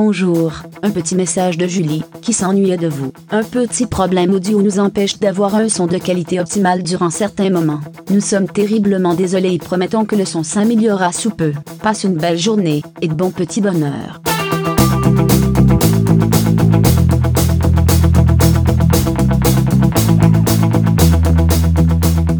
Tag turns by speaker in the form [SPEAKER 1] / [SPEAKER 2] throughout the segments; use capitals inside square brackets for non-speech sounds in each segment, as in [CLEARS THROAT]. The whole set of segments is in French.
[SPEAKER 1] Bonjour, un petit message de Julie, qui s'ennuyait de vous. Un petit problème audio nous empêche d'avoir un son de qualité optimale durant certains moments. Nous sommes terriblement désolés et promettons que le son s'améliorera sous peu. Passe une belle journée, et de bons petits bonheurs.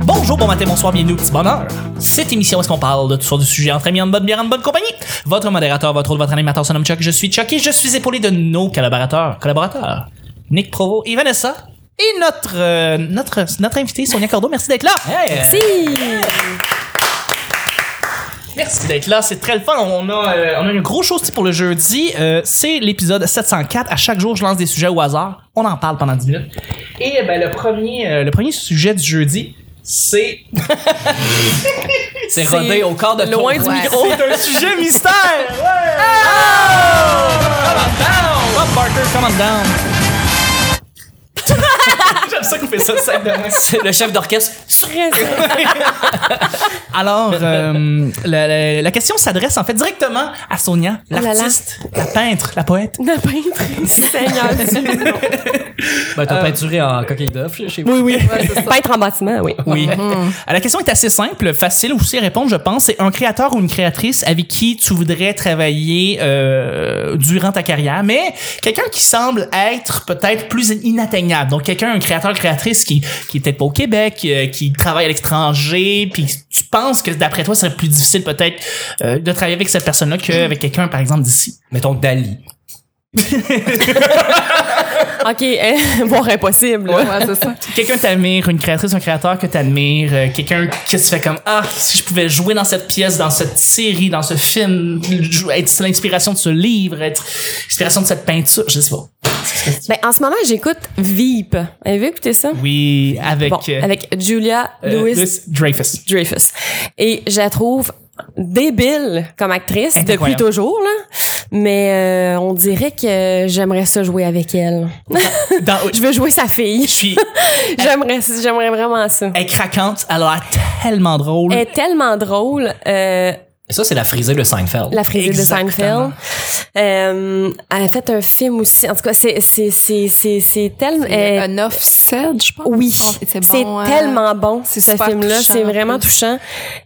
[SPEAKER 2] Bonjour, bon matin, bonsoir, bienvenue au petit bonheur. Cette émission, où est-ce qu'on parle de tout sortes de sujets entre amis, en bonne bière, en bonne compagnie? Votre modérateur, votre autre, votre animateur, son nom Chuck, je suis Chuck et je suis épaulé de nos collaborateurs, collaborateurs, Nick Provo et Vanessa. Et notre, euh, notre, notre invité, Sonia Cordeau, merci d'être là! Merci! Merci d'être là, c'est très le fun. On a, euh, on a une grosse chose pour le jeudi. Euh, c'est l'épisode 704. À chaque jour, je lance des sujets au hasard. On en parle pendant 10 minutes. Et euh, ben, le, premier, euh, le premier sujet du jeudi, [LAUGHS] c'est. c'est rodé au corps de
[SPEAKER 3] loin
[SPEAKER 2] tour.
[SPEAKER 3] du
[SPEAKER 2] Ouais.
[SPEAKER 3] micro.
[SPEAKER 2] C'est un sujet mystère. Ouais. Oh! Come on down. Bob Barker, come on [LAUGHS] down. J'aime ça qu'on fait ça, ça de main.
[SPEAKER 4] C'est le chef d'orchestre.
[SPEAKER 2] [LAUGHS] Alors, euh, la, la- la question s'adresse en fait directement à Sonia,
[SPEAKER 3] Oh là là.
[SPEAKER 2] l'artiste, la peintre, la poète.
[SPEAKER 3] La [LAUGHS] peintre. Seigneur Dieu.
[SPEAKER 4] Ben,
[SPEAKER 2] Euh,
[SPEAKER 4] t'as peinturé en coquille d'œuf chez vous.
[SPEAKER 2] Oui, oui.
[SPEAKER 3] Peintre en bâtiment, oui.
[SPEAKER 2] [LAUGHS] Oui. Euh, La question est assez simple, facile aussi à répondre, je pense. C'est un créateur ou une créatrice avec qui tu voudrais travailler euh, durant ta carrière, mais quelqu'un qui semble être peut-être plus inatteignable. Donc, quelqu'un, un créateur, créatrice qui, qui est peut-être pas au Québec, euh, qui travaille à l'étranger, puis tu penses que d'après toi, ce serait plus difficile peut-être euh, de travailler avec cette personne-là qu'avec quelqu'un, par exemple, d'ici.
[SPEAKER 4] Mettons Dali.
[SPEAKER 3] OK, hein, [LAUGHS] voir impossible. Ouais, c'est ça.
[SPEAKER 2] Quelqu'un t'admire, une créatrice, un créateur que t'admires, euh, quelqu'un que tu fais comme ah si je pouvais jouer dans cette pièce, dans cette série, dans ce film, jou- être l'inspiration de ce livre, être l'inspiration de cette peinture, je sais pas.
[SPEAKER 3] Ben, en ce moment, j'écoute Veep. Avez-vous écouté ça?
[SPEAKER 2] Oui, avec
[SPEAKER 3] Bon,
[SPEAKER 2] euh,
[SPEAKER 3] avec Julia
[SPEAKER 2] euh,
[SPEAKER 3] Louis
[SPEAKER 2] Louis Dreyfus.
[SPEAKER 3] Dreyfus. Et je la trouve débile comme actrice
[SPEAKER 2] Elle est
[SPEAKER 3] depuis
[SPEAKER 2] incroyable.
[SPEAKER 3] toujours, là. Mais euh, on dirait que j'aimerais ça jouer avec elle.
[SPEAKER 2] Dans,
[SPEAKER 3] Je veux jouer sa fille.
[SPEAKER 2] puis
[SPEAKER 3] [LAUGHS] J'aimerais j'aimerais vraiment ça.
[SPEAKER 2] elle est craquante, elle a l'air tellement drôle.
[SPEAKER 3] Elle est tellement drôle. Euh,
[SPEAKER 4] Et ça, c'est la frisée de Seinfeld.
[SPEAKER 3] La frisée de
[SPEAKER 2] Exactement.
[SPEAKER 3] Seinfeld. Euh, elle a fait un film aussi. En tout cas, c'est c'est c'est c'est c'est tellement
[SPEAKER 5] Euh, un offset, je pense.
[SPEAKER 3] oui,
[SPEAKER 5] On-
[SPEAKER 3] c'est
[SPEAKER 5] bon, hein.
[SPEAKER 3] tellement bon
[SPEAKER 5] C'est
[SPEAKER 3] ce
[SPEAKER 5] super
[SPEAKER 3] film-là,
[SPEAKER 5] touchant,
[SPEAKER 3] c'est
[SPEAKER 5] en
[SPEAKER 3] vraiment
[SPEAKER 5] plus.
[SPEAKER 3] touchant.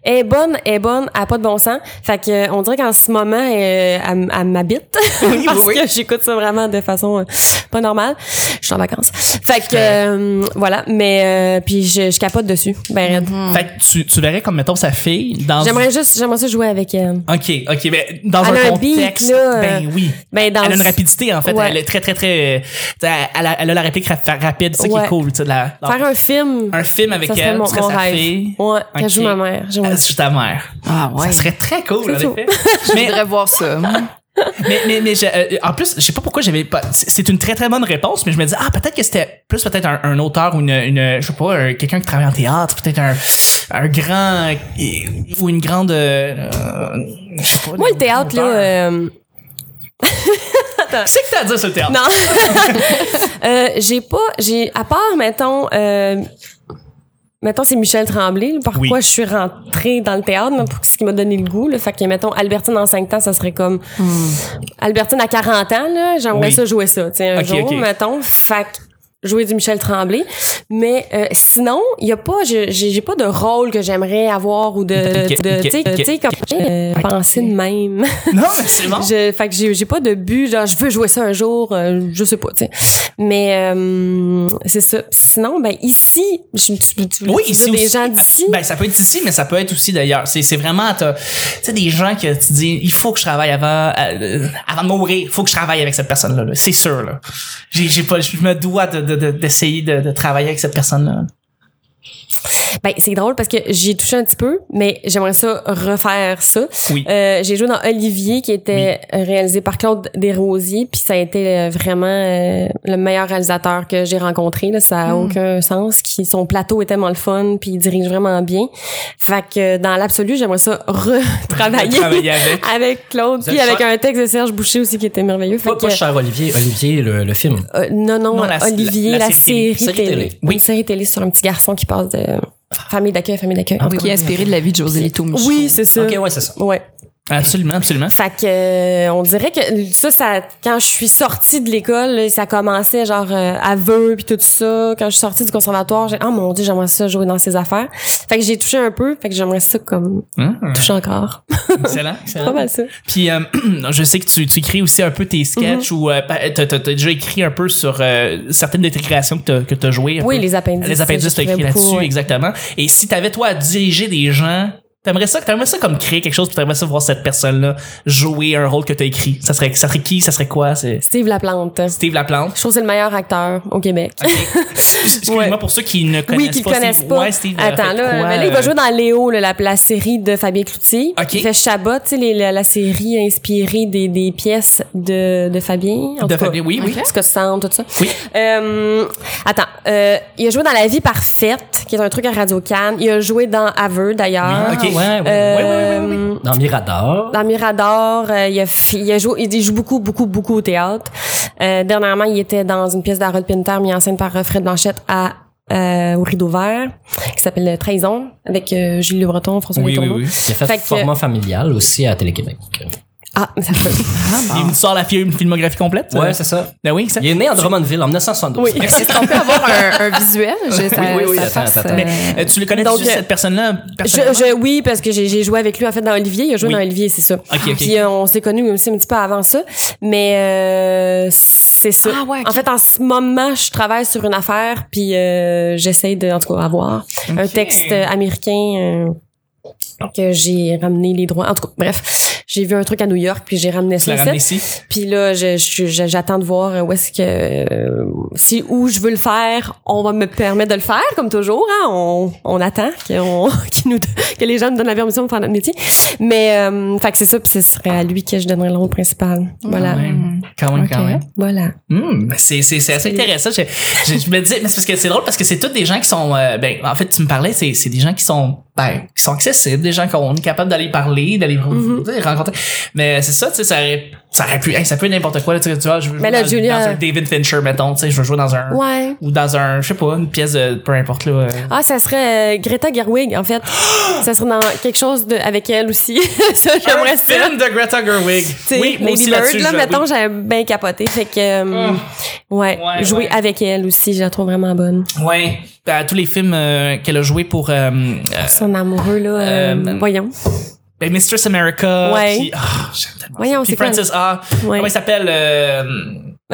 [SPEAKER 3] Elle est bonne, elle est bonne, elle a pas de bon sens. Fait que euh, on dirait qu'en ce moment, euh, elle, m- elle
[SPEAKER 5] [LAUGHS]
[SPEAKER 3] m'habite parce que j'écoute ça vraiment de façon euh, pas normale. Je suis en vacances. Fait que euh, voilà, mais euh, puis je, je capote dessus. Ben raide.
[SPEAKER 5] Mm-hmm.
[SPEAKER 2] Fait que tu, tu verrais comme mettons sa fille dans
[SPEAKER 3] j'aimerais juste j'aimerais ça jouer avec euh, elle.
[SPEAKER 2] OK, OK, mais dans
[SPEAKER 3] Elle a
[SPEAKER 2] un
[SPEAKER 3] un
[SPEAKER 2] contexte
[SPEAKER 3] beat, là,
[SPEAKER 2] ben
[SPEAKER 3] euh,
[SPEAKER 2] oui.
[SPEAKER 3] Ben dans
[SPEAKER 2] elle a une
[SPEAKER 3] ce-
[SPEAKER 2] rapidité en fait,
[SPEAKER 3] Ouais.
[SPEAKER 2] elle est très très très euh, elle a, elle a la réplique ra- rapide, c'est ça qui est
[SPEAKER 3] Ouais.
[SPEAKER 2] cool, tu sais, de la- la-
[SPEAKER 3] faire un film.
[SPEAKER 2] un film avec
[SPEAKER 3] Ça serait
[SPEAKER 2] elle,
[SPEAKER 3] mon-
[SPEAKER 2] tu serais
[SPEAKER 3] mon
[SPEAKER 2] sa
[SPEAKER 3] rêve.
[SPEAKER 2] fille.
[SPEAKER 3] Ouais,
[SPEAKER 2] Ok.
[SPEAKER 3] quand je joue ma mère. j'aimerais
[SPEAKER 2] Euh,
[SPEAKER 3] ça.
[SPEAKER 2] C'est ta mère.
[SPEAKER 5] Ah ouais.
[SPEAKER 2] Ça serait très cool, en
[SPEAKER 3] C'est [LAUGHS]
[SPEAKER 2] effet. mais,
[SPEAKER 5] Je voudrais voir ça.
[SPEAKER 2] mais, mais, mais j'ai- euh, en plus, je sais pas pourquoi j'avais pas. C'est c'est une très très bonne réponse, mais je me dis, ah, peut-être que c'était plus peut-être un, un auteur ou une, une- je sais pas, un- quelqu'un qui travaille en théâtre, peut-être un, un grand. euh, ou une grande. euh, euh, je sais pas,
[SPEAKER 3] Moi, le
[SPEAKER 2] une-
[SPEAKER 3] théâtre, là.
[SPEAKER 2] auteur.
[SPEAKER 3] euh,
[SPEAKER 2] Qu'est-ce que t'as à dire sur le théâtre?
[SPEAKER 3] Non. [LAUGHS] Euh, j'ai pas. J'ai. À part, mettons. euh, Mettons, c'est Michel Tremblay. là, Pourquoi
[SPEAKER 2] Oui.
[SPEAKER 3] je suis rentrée dans le théâtre, là, pour ce qui m'a donné le goût. Là. Fait que, mettons, Albertine en 5 ans, ça serait comme... Albertine à 40 ans, là, j'aimerais
[SPEAKER 2] Oui.
[SPEAKER 3] ça jouer ça, tu sais, un
[SPEAKER 2] Ok,
[SPEAKER 3] jour,
[SPEAKER 2] ok.
[SPEAKER 3] mettons. Fait que jouer du Michel Tremblay. Mais euh, sinon, il y a pas... J'ai j'ai- j'ai pas de rôle que j'aimerais avoir ou de...
[SPEAKER 2] Ok,
[SPEAKER 3] de-
[SPEAKER 2] ok,
[SPEAKER 3] tu sais,
[SPEAKER 2] ok.
[SPEAKER 3] tu sais, comme... euh, penser de même.
[SPEAKER 2] Non, mais
[SPEAKER 3] [LAUGHS]
[SPEAKER 2] c'est bon.
[SPEAKER 3] Je, fait que j'ai, j'ai pas de but, genre je veux jouer ça un jour, euh, je sais pas, tu sais. Mais euh, c'est ça. Puis Sinon, ben ici, je, tu, tu voulais
[SPEAKER 2] Oui,
[SPEAKER 3] dire
[SPEAKER 2] ici
[SPEAKER 3] des
[SPEAKER 2] aussi.
[SPEAKER 3] gens d'ici.
[SPEAKER 2] Ben, ça peut être ici, mais ça peut être aussi d'ailleurs. C'est, c'est vraiment, t'as- tu sais, des gens que tu dis, il faut que je travaille avant, euh, avant de mourir, il faut que je travaille avec cette personne-là, là. C'est sûr, là. J'ai, j'ai pas, je me dois de, de- de- d'essayer de, de travailler avec cette personne-là.
[SPEAKER 3] Ben, c'est drôle parce que j'ai touché un petit peu, mais j'aimerais ça refaire ça.
[SPEAKER 2] Oui.
[SPEAKER 3] Euh, j'ai joué dans Olivier qui était réalisé par Claude Desrosiers, puis ça a été euh, vraiment euh, le meilleur réalisateur que j'ai rencontré. Là. Ça
[SPEAKER 2] Hmm.
[SPEAKER 3] a aucun sens. Qui, son plateau est tellement le fun, puis il dirige vraiment bien. Fait que euh, dans l'absolu, j'aimerais ça [LAUGHS] retravailler. [LAUGHS]
[SPEAKER 2] Travailler avec.
[SPEAKER 3] avec Claude,
[SPEAKER 4] Vous
[SPEAKER 3] puis
[SPEAKER 4] êtes
[SPEAKER 3] avec
[SPEAKER 4] cher-
[SPEAKER 3] un texte de Serge Boucher aussi qui était merveilleux. Fait
[SPEAKER 4] Pas, pas
[SPEAKER 3] que,
[SPEAKER 4] cher Olivier. Olivier, le, le film.
[SPEAKER 3] euh, non, non,
[SPEAKER 2] Non, la-
[SPEAKER 3] Olivier,
[SPEAKER 2] la-
[SPEAKER 3] la,
[SPEAKER 2] la série
[SPEAKER 3] série, télé.
[SPEAKER 4] télé. Série télé.
[SPEAKER 2] Oui.
[SPEAKER 3] Une série télé sur un petit garçon qui
[SPEAKER 5] Ah,
[SPEAKER 3] passe de famille d'accueil à famille d'accueil.
[SPEAKER 5] Qui est inspiré de la vie de José Lito Michaud.
[SPEAKER 3] Oui, c'est ça.
[SPEAKER 4] Ok, ouais, c'est ça.
[SPEAKER 3] Ouais.
[SPEAKER 2] Absolument, absolument.
[SPEAKER 3] Fait que euh, on dirait que ça, ça quand je suis sortie de l'école, là, ça commençait genre euh, à vœux puis tout ça. Quand je suis sortie du conservatoire, j'ai oh mon dieu, j'aimerais ça jouer dans ces affaires. Fait que j'ai touché un peu, fait que j'aimerais ça comme
[SPEAKER 2] Hum,
[SPEAKER 3] toucher encore.
[SPEAKER 2] Excellent,
[SPEAKER 3] C'est pas
[SPEAKER 2] excellent.
[SPEAKER 3] mal ça.
[SPEAKER 2] Puis euh, [CLEARS THROAT] je sais que tu, tu écris aussi un peu tes sketchs
[SPEAKER 3] Mm-hmm.
[SPEAKER 2] ou euh, pa- t'as t'as- t'as déjà écrit un peu sur euh, certaines de tes créations que t'as- que t'as jouées. un
[SPEAKER 3] Oui,
[SPEAKER 2] peu.
[SPEAKER 3] les appendices.
[SPEAKER 2] Les appendices, t'as
[SPEAKER 3] j'écrivais
[SPEAKER 2] écrit
[SPEAKER 3] beaucoup, euh,
[SPEAKER 2] là-dessus,
[SPEAKER 3] ouais.
[SPEAKER 2] exactement. Et si t'avais, toi, à diriger des gens, t'aimerais ça, t'aimerais ça comme créer quelque chose, puis t'aimerais ça voir cette personne-là jouer un rôle que t'as écrit. Ça serait, ça serait qui? Ça serait quoi? C'est
[SPEAKER 3] Steve Laplante.
[SPEAKER 2] Steve Laplante.
[SPEAKER 3] Je trouve que c'est le meilleur acteur au Québec.
[SPEAKER 2] Excuse-moi
[SPEAKER 3] Ouais.
[SPEAKER 2] pour ceux qui ne Ah, connaissent
[SPEAKER 3] [LAUGHS] Oui, qu'ils
[SPEAKER 2] pas.
[SPEAKER 3] connaissent
[SPEAKER 2] Steve.
[SPEAKER 3] pas.
[SPEAKER 2] Ouais, Steve, euh,
[SPEAKER 3] Attends,
[SPEAKER 2] fait
[SPEAKER 3] là,
[SPEAKER 2] quoi,
[SPEAKER 3] mais là, il
[SPEAKER 2] euh,
[SPEAKER 3] va jouer dans Léo, là, la, la série de Fabien Cloutier.
[SPEAKER 2] Ok.
[SPEAKER 3] Il fait Chabot, tu sais, les- la, la série inspirée des, des pièces de, de Fabien. en
[SPEAKER 2] de
[SPEAKER 3] tout cas.
[SPEAKER 2] Fabien- oui, oui.
[SPEAKER 5] Ok.
[SPEAKER 3] Scott Sound, tout ça.
[SPEAKER 2] Oui.
[SPEAKER 3] Euh, attends, euh, il a joué dans La vie parfaite, qui est un truc à Radio Cannes. Il a joué dans Aveux, d'ailleurs.
[SPEAKER 2] Ah, ok.
[SPEAKER 4] ouais, ouais.
[SPEAKER 3] Euh,
[SPEAKER 4] Dans Mirador.
[SPEAKER 3] Dans Mirador, euh, il, a fi- il, a joué, il joue beaucoup, beaucoup, beaucoup au théâtre. Euh, dernièrement, il était dans une pièce d'Harold Pinter mise en scène par euh, Fred Blanchette à, euh, au Rideau Vert, qui s'appelle Trahison, avec euh, Gilles Le Breton, François
[SPEAKER 2] Oui, oui,
[SPEAKER 3] Letourneau.
[SPEAKER 2] oui.
[SPEAKER 4] Il a fait,
[SPEAKER 3] Fait que-
[SPEAKER 4] format familial aussi à Télé-Québec.
[SPEAKER 3] Ah, ça peut. ah.
[SPEAKER 2] Il nous sort la fi- une filmographie complète?
[SPEAKER 4] Ouais,
[SPEAKER 2] euh?
[SPEAKER 4] c'est ça.
[SPEAKER 2] Ben oui, ça.
[SPEAKER 4] Il est né à Drummondville en 1972.
[SPEAKER 3] oui.
[SPEAKER 5] Est-ce qu'on peut avoir un, un visuel? J'ai ça,
[SPEAKER 4] oui, oui,
[SPEAKER 5] ça
[SPEAKER 4] attends,
[SPEAKER 5] fasse,
[SPEAKER 4] attends.
[SPEAKER 5] euh,
[SPEAKER 2] Mais euh, tu le connais
[SPEAKER 3] Donc,
[SPEAKER 2] tu sais,
[SPEAKER 3] euh,
[SPEAKER 2] cette personne-là?
[SPEAKER 3] Je,
[SPEAKER 2] personnellement?
[SPEAKER 3] je- oui, parce que j'ai j'ai joué avec lui en fait dans Olivier. Il a joué
[SPEAKER 2] Oui.
[SPEAKER 3] dans Olivier, c'est ça.
[SPEAKER 2] ok.
[SPEAKER 3] Puis euh, on s'est connus aussi un petit peu avant ça. Mais euh, c'est ça.
[SPEAKER 5] Ah ouais, ok.
[SPEAKER 3] En fait, en ce moment, je travaille sur une affaire, puis euh, j'essaie de, en tout cas, avoir un
[SPEAKER 2] Ok.
[SPEAKER 3] texte euh, américain euh, que j'ai ramené les droits. En tout cas, bref, j'ai vu un truc à New York, puis j'ai ramené
[SPEAKER 2] Tu
[SPEAKER 3] ça
[SPEAKER 2] l'as
[SPEAKER 3] ici.
[SPEAKER 2] ramené ici?
[SPEAKER 3] Puis là, je- je- je- j'attends de voir où est-ce que euh, si où je veux le faire, on va me permettre de le faire comme toujours. Hein? On, on [LAUGHS] attend qu'on- qu'il nous don- que les gens nous donnent la permission de faire notre métier. Mais euh, fait que c'est ça, puis ce serait à lui que je donnerais le rôle principal. Voilà.
[SPEAKER 2] Quand même, quand même,
[SPEAKER 5] Ok.
[SPEAKER 2] quand même.
[SPEAKER 3] Voilà.
[SPEAKER 2] Hmm, ben c'est c'est c'est assez intéressant. Je, je, je me dis mais c'est parce que c'est drôle parce que c'est tous des gens qui sont euh, ben en fait tu me parlais c'est c'est des gens qui sont ben qui sont accessibles, des gens qu'on est capable d'aller parler, d'aller
[SPEAKER 3] Mm-hmm.
[SPEAKER 2] d'aller rencontrer. Mais c'est ça tu sais ça aurait ça aurait pu hey, ça peut être n'importe quoi là, tu, sais, tu vois je veux
[SPEAKER 3] Mais
[SPEAKER 2] jouer
[SPEAKER 3] là,
[SPEAKER 2] dans,
[SPEAKER 3] Julia-
[SPEAKER 2] dans un David Fincher mettons, tu sais je veux jouer dans un
[SPEAKER 3] Ouais.
[SPEAKER 2] ou dans un je sais pas une pièce de peu importe là. euh.
[SPEAKER 3] Ah, ça serait euh, Greta Gerwig en fait. [GASPS] ça serait dans quelque chose de, avec elle aussi. [LAUGHS] ça, j'aimerais
[SPEAKER 2] un
[SPEAKER 3] ça.
[SPEAKER 2] film de Greta Gerwig.
[SPEAKER 3] T'sais,
[SPEAKER 2] oui, moi
[SPEAKER 3] Lady
[SPEAKER 2] aussi
[SPEAKER 3] Bird,
[SPEAKER 2] là-dessus,
[SPEAKER 3] là,
[SPEAKER 2] je-
[SPEAKER 3] mettons,
[SPEAKER 2] oui. Ah.
[SPEAKER 3] j'avais bien capoté. Fait que, euh, ouais,
[SPEAKER 2] Ouais,
[SPEAKER 3] jouer
[SPEAKER 2] ouais.
[SPEAKER 3] avec elle aussi, je la trouve vraiment bonne.
[SPEAKER 2] Ouais, Ben, tous les films euh, qu'elle a joué pour euh, euh,
[SPEAKER 3] Son amoureux, là, euh,
[SPEAKER 2] Euh,
[SPEAKER 3] voyons.
[SPEAKER 2] Ben, Mistress America.
[SPEAKER 3] Ouais.
[SPEAKER 2] Puis, ah, j'aime tellement
[SPEAKER 3] Voyons,
[SPEAKER 2] ça. Puis
[SPEAKER 3] c'est quoi
[SPEAKER 2] Francis Ah.
[SPEAKER 3] Ouais.
[SPEAKER 2] Comment il s'appelle? euh,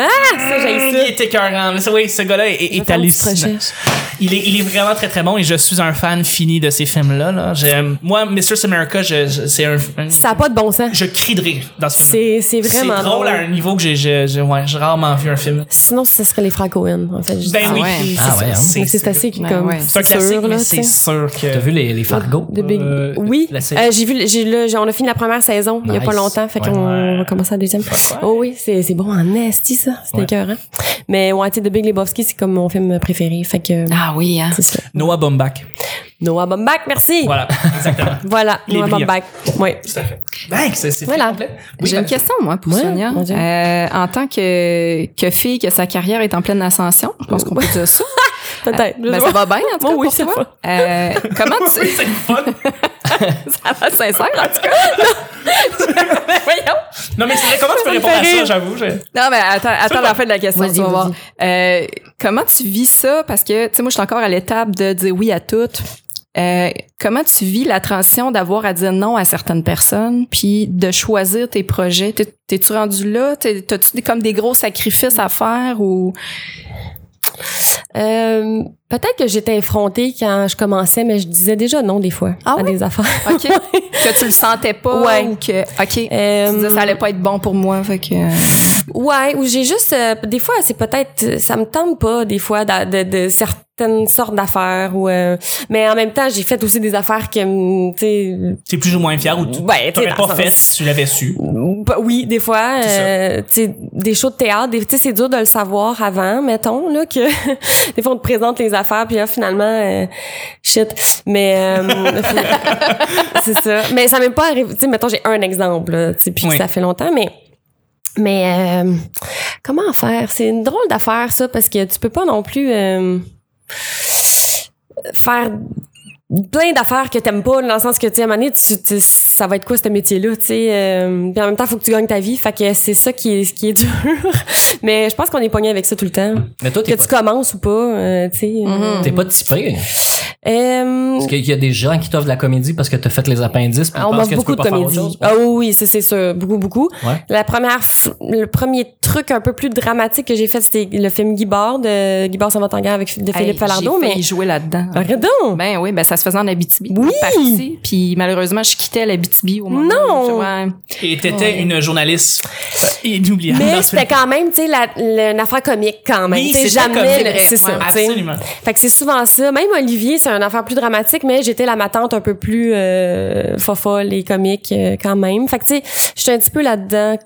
[SPEAKER 3] Ah, ça, j'ai
[SPEAKER 2] Il est écœurant. Mais ça, oui, ce gars-là est, est hallucinant. Il est, il est vraiment très, très bon et je suis un fan fini de ces films-là. Là. J'aime- Moi, Mistress America, je, je- c'est un, un-
[SPEAKER 3] Ça n'a pas de bon sens.
[SPEAKER 2] Je crie de rire dans ce film.
[SPEAKER 3] C'est, c'est vraiment
[SPEAKER 2] C'est drôle hein. à un niveau que j'ai, j'ai, j'ai- ouais, j'ai rarement vu un film.
[SPEAKER 3] Sinon, ce serait les Franco-Hen, en fait. je
[SPEAKER 2] Ben
[SPEAKER 3] dis.
[SPEAKER 2] oui.
[SPEAKER 5] ouais.
[SPEAKER 2] c'est-
[SPEAKER 4] Ah ouais, hein.
[SPEAKER 3] Mais
[SPEAKER 2] c'est,
[SPEAKER 3] C'est assez
[SPEAKER 5] Ben
[SPEAKER 3] comme
[SPEAKER 5] ouais.
[SPEAKER 2] c'est un classique,
[SPEAKER 3] sûr,
[SPEAKER 2] mais
[SPEAKER 3] là,
[SPEAKER 2] c'est
[SPEAKER 3] tu sais.
[SPEAKER 2] sûr
[SPEAKER 4] T'as
[SPEAKER 2] que...
[SPEAKER 4] vu les, les Fargo?
[SPEAKER 3] De Big-
[SPEAKER 4] Euh,
[SPEAKER 3] oui,
[SPEAKER 4] la série?
[SPEAKER 3] Euh, j'ai vu, le- j'ai, là, j'ai- on a fini la première saison il y a pas
[SPEAKER 4] Nice.
[SPEAKER 3] longtemps, fait
[SPEAKER 4] Ouais.
[SPEAKER 3] qu'on va commencer la deuxième. Oh oui, c'est, c'est bon en esti ça, c'est
[SPEAKER 4] Ouais.
[SPEAKER 3] écœurant. Mais ouais, tu sais, The Big Lebowski, c'est comme mon film préféré, fait que
[SPEAKER 5] Ah oui, hein.
[SPEAKER 3] c'est ça.
[SPEAKER 2] Noah
[SPEAKER 3] [LAUGHS]
[SPEAKER 2] Baumbach.
[SPEAKER 3] Noah Baumbach, merci.
[SPEAKER 2] Voilà, exactement.
[SPEAKER 3] Voilà,
[SPEAKER 2] Il est
[SPEAKER 3] Noah
[SPEAKER 2] brillant.
[SPEAKER 3] Baumbach. Ouais.
[SPEAKER 2] Tout à fait. Ben, c'est, c'est
[SPEAKER 3] Voilà.
[SPEAKER 2] complet. Oui,
[SPEAKER 5] J'ai
[SPEAKER 2] ben,
[SPEAKER 5] une question, moi, pour
[SPEAKER 3] Ouais,
[SPEAKER 5] Sonia.
[SPEAKER 3] mon Dieu.
[SPEAKER 5] Euh, en tant que, que fille, que sa carrière est en pleine ascension, je pense qu'on peut dire ça.
[SPEAKER 3] Peut-être.
[SPEAKER 5] [LAUGHS] Ben, ça va bien, en tout
[SPEAKER 3] Moi,
[SPEAKER 5] cas,
[SPEAKER 3] oui,
[SPEAKER 5] pour
[SPEAKER 3] ça
[SPEAKER 5] toi. Euh, comment tu...
[SPEAKER 2] C'est le fun.
[SPEAKER 5] [LAUGHS] ça va sincère, en tout cas. [LAUGHS] Ben,
[SPEAKER 3] Voyons.
[SPEAKER 2] Non, mais c'est vrai, comment tu peux
[SPEAKER 5] me
[SPEAKER 2] répondre à
[SPEAKER 5] fait
[SPEAKER 2] ça,
[SPEAKER 5] rire.
[SPEAKER 2] j'avoue? j'ai-
[SPEAKER 5] Non, mais attends, attends la fin de la question,
[SPEAKER 3] Vas-y,
[SPEAKER 5] tu vas voir.
[SPEAKER 3] vas-y.
[SPEAKER 5] Euh, comment tu vis ça? Parce que, tu sais, moi, je suis encore à l'étape de dire oui à tout. Euh, comment tu vis la transition d'avoir à dire non à certaines personnes, puis de choisir tes projets? T'es- T'es-tu rendu là? T'es- T'as-tu des- comme des gros sacrifices à
[SPEAKER 3] [LAUGHS]
[SPEAKER 5] faire ou...
[SPEAKER 3] Euh, peut-être que j'étais effrontée quand je commençais, mais je disais déjà non des fois
[SPEAKER 5] Ah
[SPEAKER 3] à des affaires.
[SPEAKER 5] OK. que tu le sentais pas
[SPEAKER 3] Ouais.
[SPEAKER 5] ou que... OK.
[SPEAKER 3] Euh, Mhm.
[SPEAKER 5] Tu disais, ça allait pas être bon pour moi,
[SPEAKER 3] [LAUGHS]
[SPEAKER 5] fait que...
[SPEAKER 3] Ouais, ou j'ai juste euh, des fois c'est peut-être euh, ça me tente pas des fois d'a- de, de, certaines sortes d'affaires ou euh, mais en même temps j'ai fait aussi des affaires que hum, tu sais
[SPEAKER 2] T'es plus ou moins fier ou tu
[SPEAKER 3] ben tu sais,
[SPEAKER 2] t'aurais
[SPEAKER 3] dans
[SPEAKER 2] pas
[SPEAKER 3] le
[SPEAKER 2] fait
[SPEAKER 3] sens-
[SPEAKER 2] si tu l'avais su.
[SPEAKER 3] Bah oui, des fois,
[SPEAKER 2] C'est ça.
[SPEAKER 3] euh, tu sais, des shows de théâtre, des- tu sais, c'est dur de le savoir avant, mettons, là, que [LAUGHS] des fois on te présente les affaires, puis là, finalement, euh, shit. Mais euh, [LAUGHS] c'est ça. Mais ça m'est pas arrivé. Tu sais, mettons, j'ai un exemple, là, tu sais, puis que
[SPEAKER 2] Oui.
[SPEAKER 3] ça fait longtemps, mais mais euh, comment faire C'est une drôle d'affaire ça, parce que tu peux pas non plus euh, faire plein d'affaires que t'aimes pas dans le sens que tu sais, à un moment donné, tu, tu- ça va être quoi ce métier là tu sais euh, puis en même temps faut que tu gagnes ta vie fait que c'est ça qui est ce qui est dur [LAUGHS] mais je pense qu'on est pogné avec ça tout le temps
[SPEAKER 4] Mais toi,
[SPEAKER 3] Euh, que
[SPEAKER 4] t'es
[SPEAKER 3] tu commences ou pas euh, tu sais euh,
[SPEAKER 5] Mhm.
[SPEAKER 4] t'es pas typé.
[SPEAKER 3] euh,
[SPEAKER 4] Parce qu'il y a des gens qui t'offrent de la comédie parce que t'as fait les appendices. puis ils
[SPEAKER 3] Ah, on
[SPEAKER 4] pensent
[SPEAKER 3] mange
[SPEAKER 4] que tu
[SPEAKER 3] beaucoup
[SPEAKER 4] peux
[SPEAKER 3] de
[SPEAKER 4] pas faire autre
[SPEAKER 3] comédies.
[SPEAKER 4] chose.
[SPEAKER 3] Ah oui, c'est c'est sûr, beaucoup beaucoup.
[SPEAKER 4] Ouais.
[SPEAKER 3] La première f- le premier truc un peu plus dramatique que j'ai fait c'était le film Guy Bard de Guy Bard s'en va en guerre avec de Philippe Falardeau mais Ah,
[SPEAKER 5] Il jouait là-dedans.
[SPEAKER 3] arrête
[SPEAKER 4] [LAUGHS]
[SPEAKER 3] donc.
[SPEAKER 5] Ben oui, ben ça se faisait en Abitibi.
[SPEAKER 3] Oui!
[SPEAKER 5] Parti, puis malheureusement, je quittais l'Abitibi au moment
[SPEAKER 3] Non!
[SPEAKER 5] où- Ouais.
[SPEAKER 2] Et t'étais une journaliste inoubliable.
[SPEAKER 3] Mais c'était quand même, tu sais, la, la- une affaire comique quand même.
[SPEAKER 2] Oui,
[SPEAKER 3] Tu sais,
[SPEAKER 2] c'est
[SPEAKER 3] jamais,
[SPEAKER 2] très comique.
[SPEAKER 3] le- c'est ça.
[SPEAKER 2] Ouais,
[SPEAKER 3] tu sais.
[SPEAKER 2] absolument.
[SPEAKER 3] Fait que c'est souvent ça. Même Olivier, c'est une affaire plus dramatique, mais j'étais la matante un peu plus euh, fofolle et comique euh, quand même. Fait que tu sais, j'étais un petit peu là-dedans.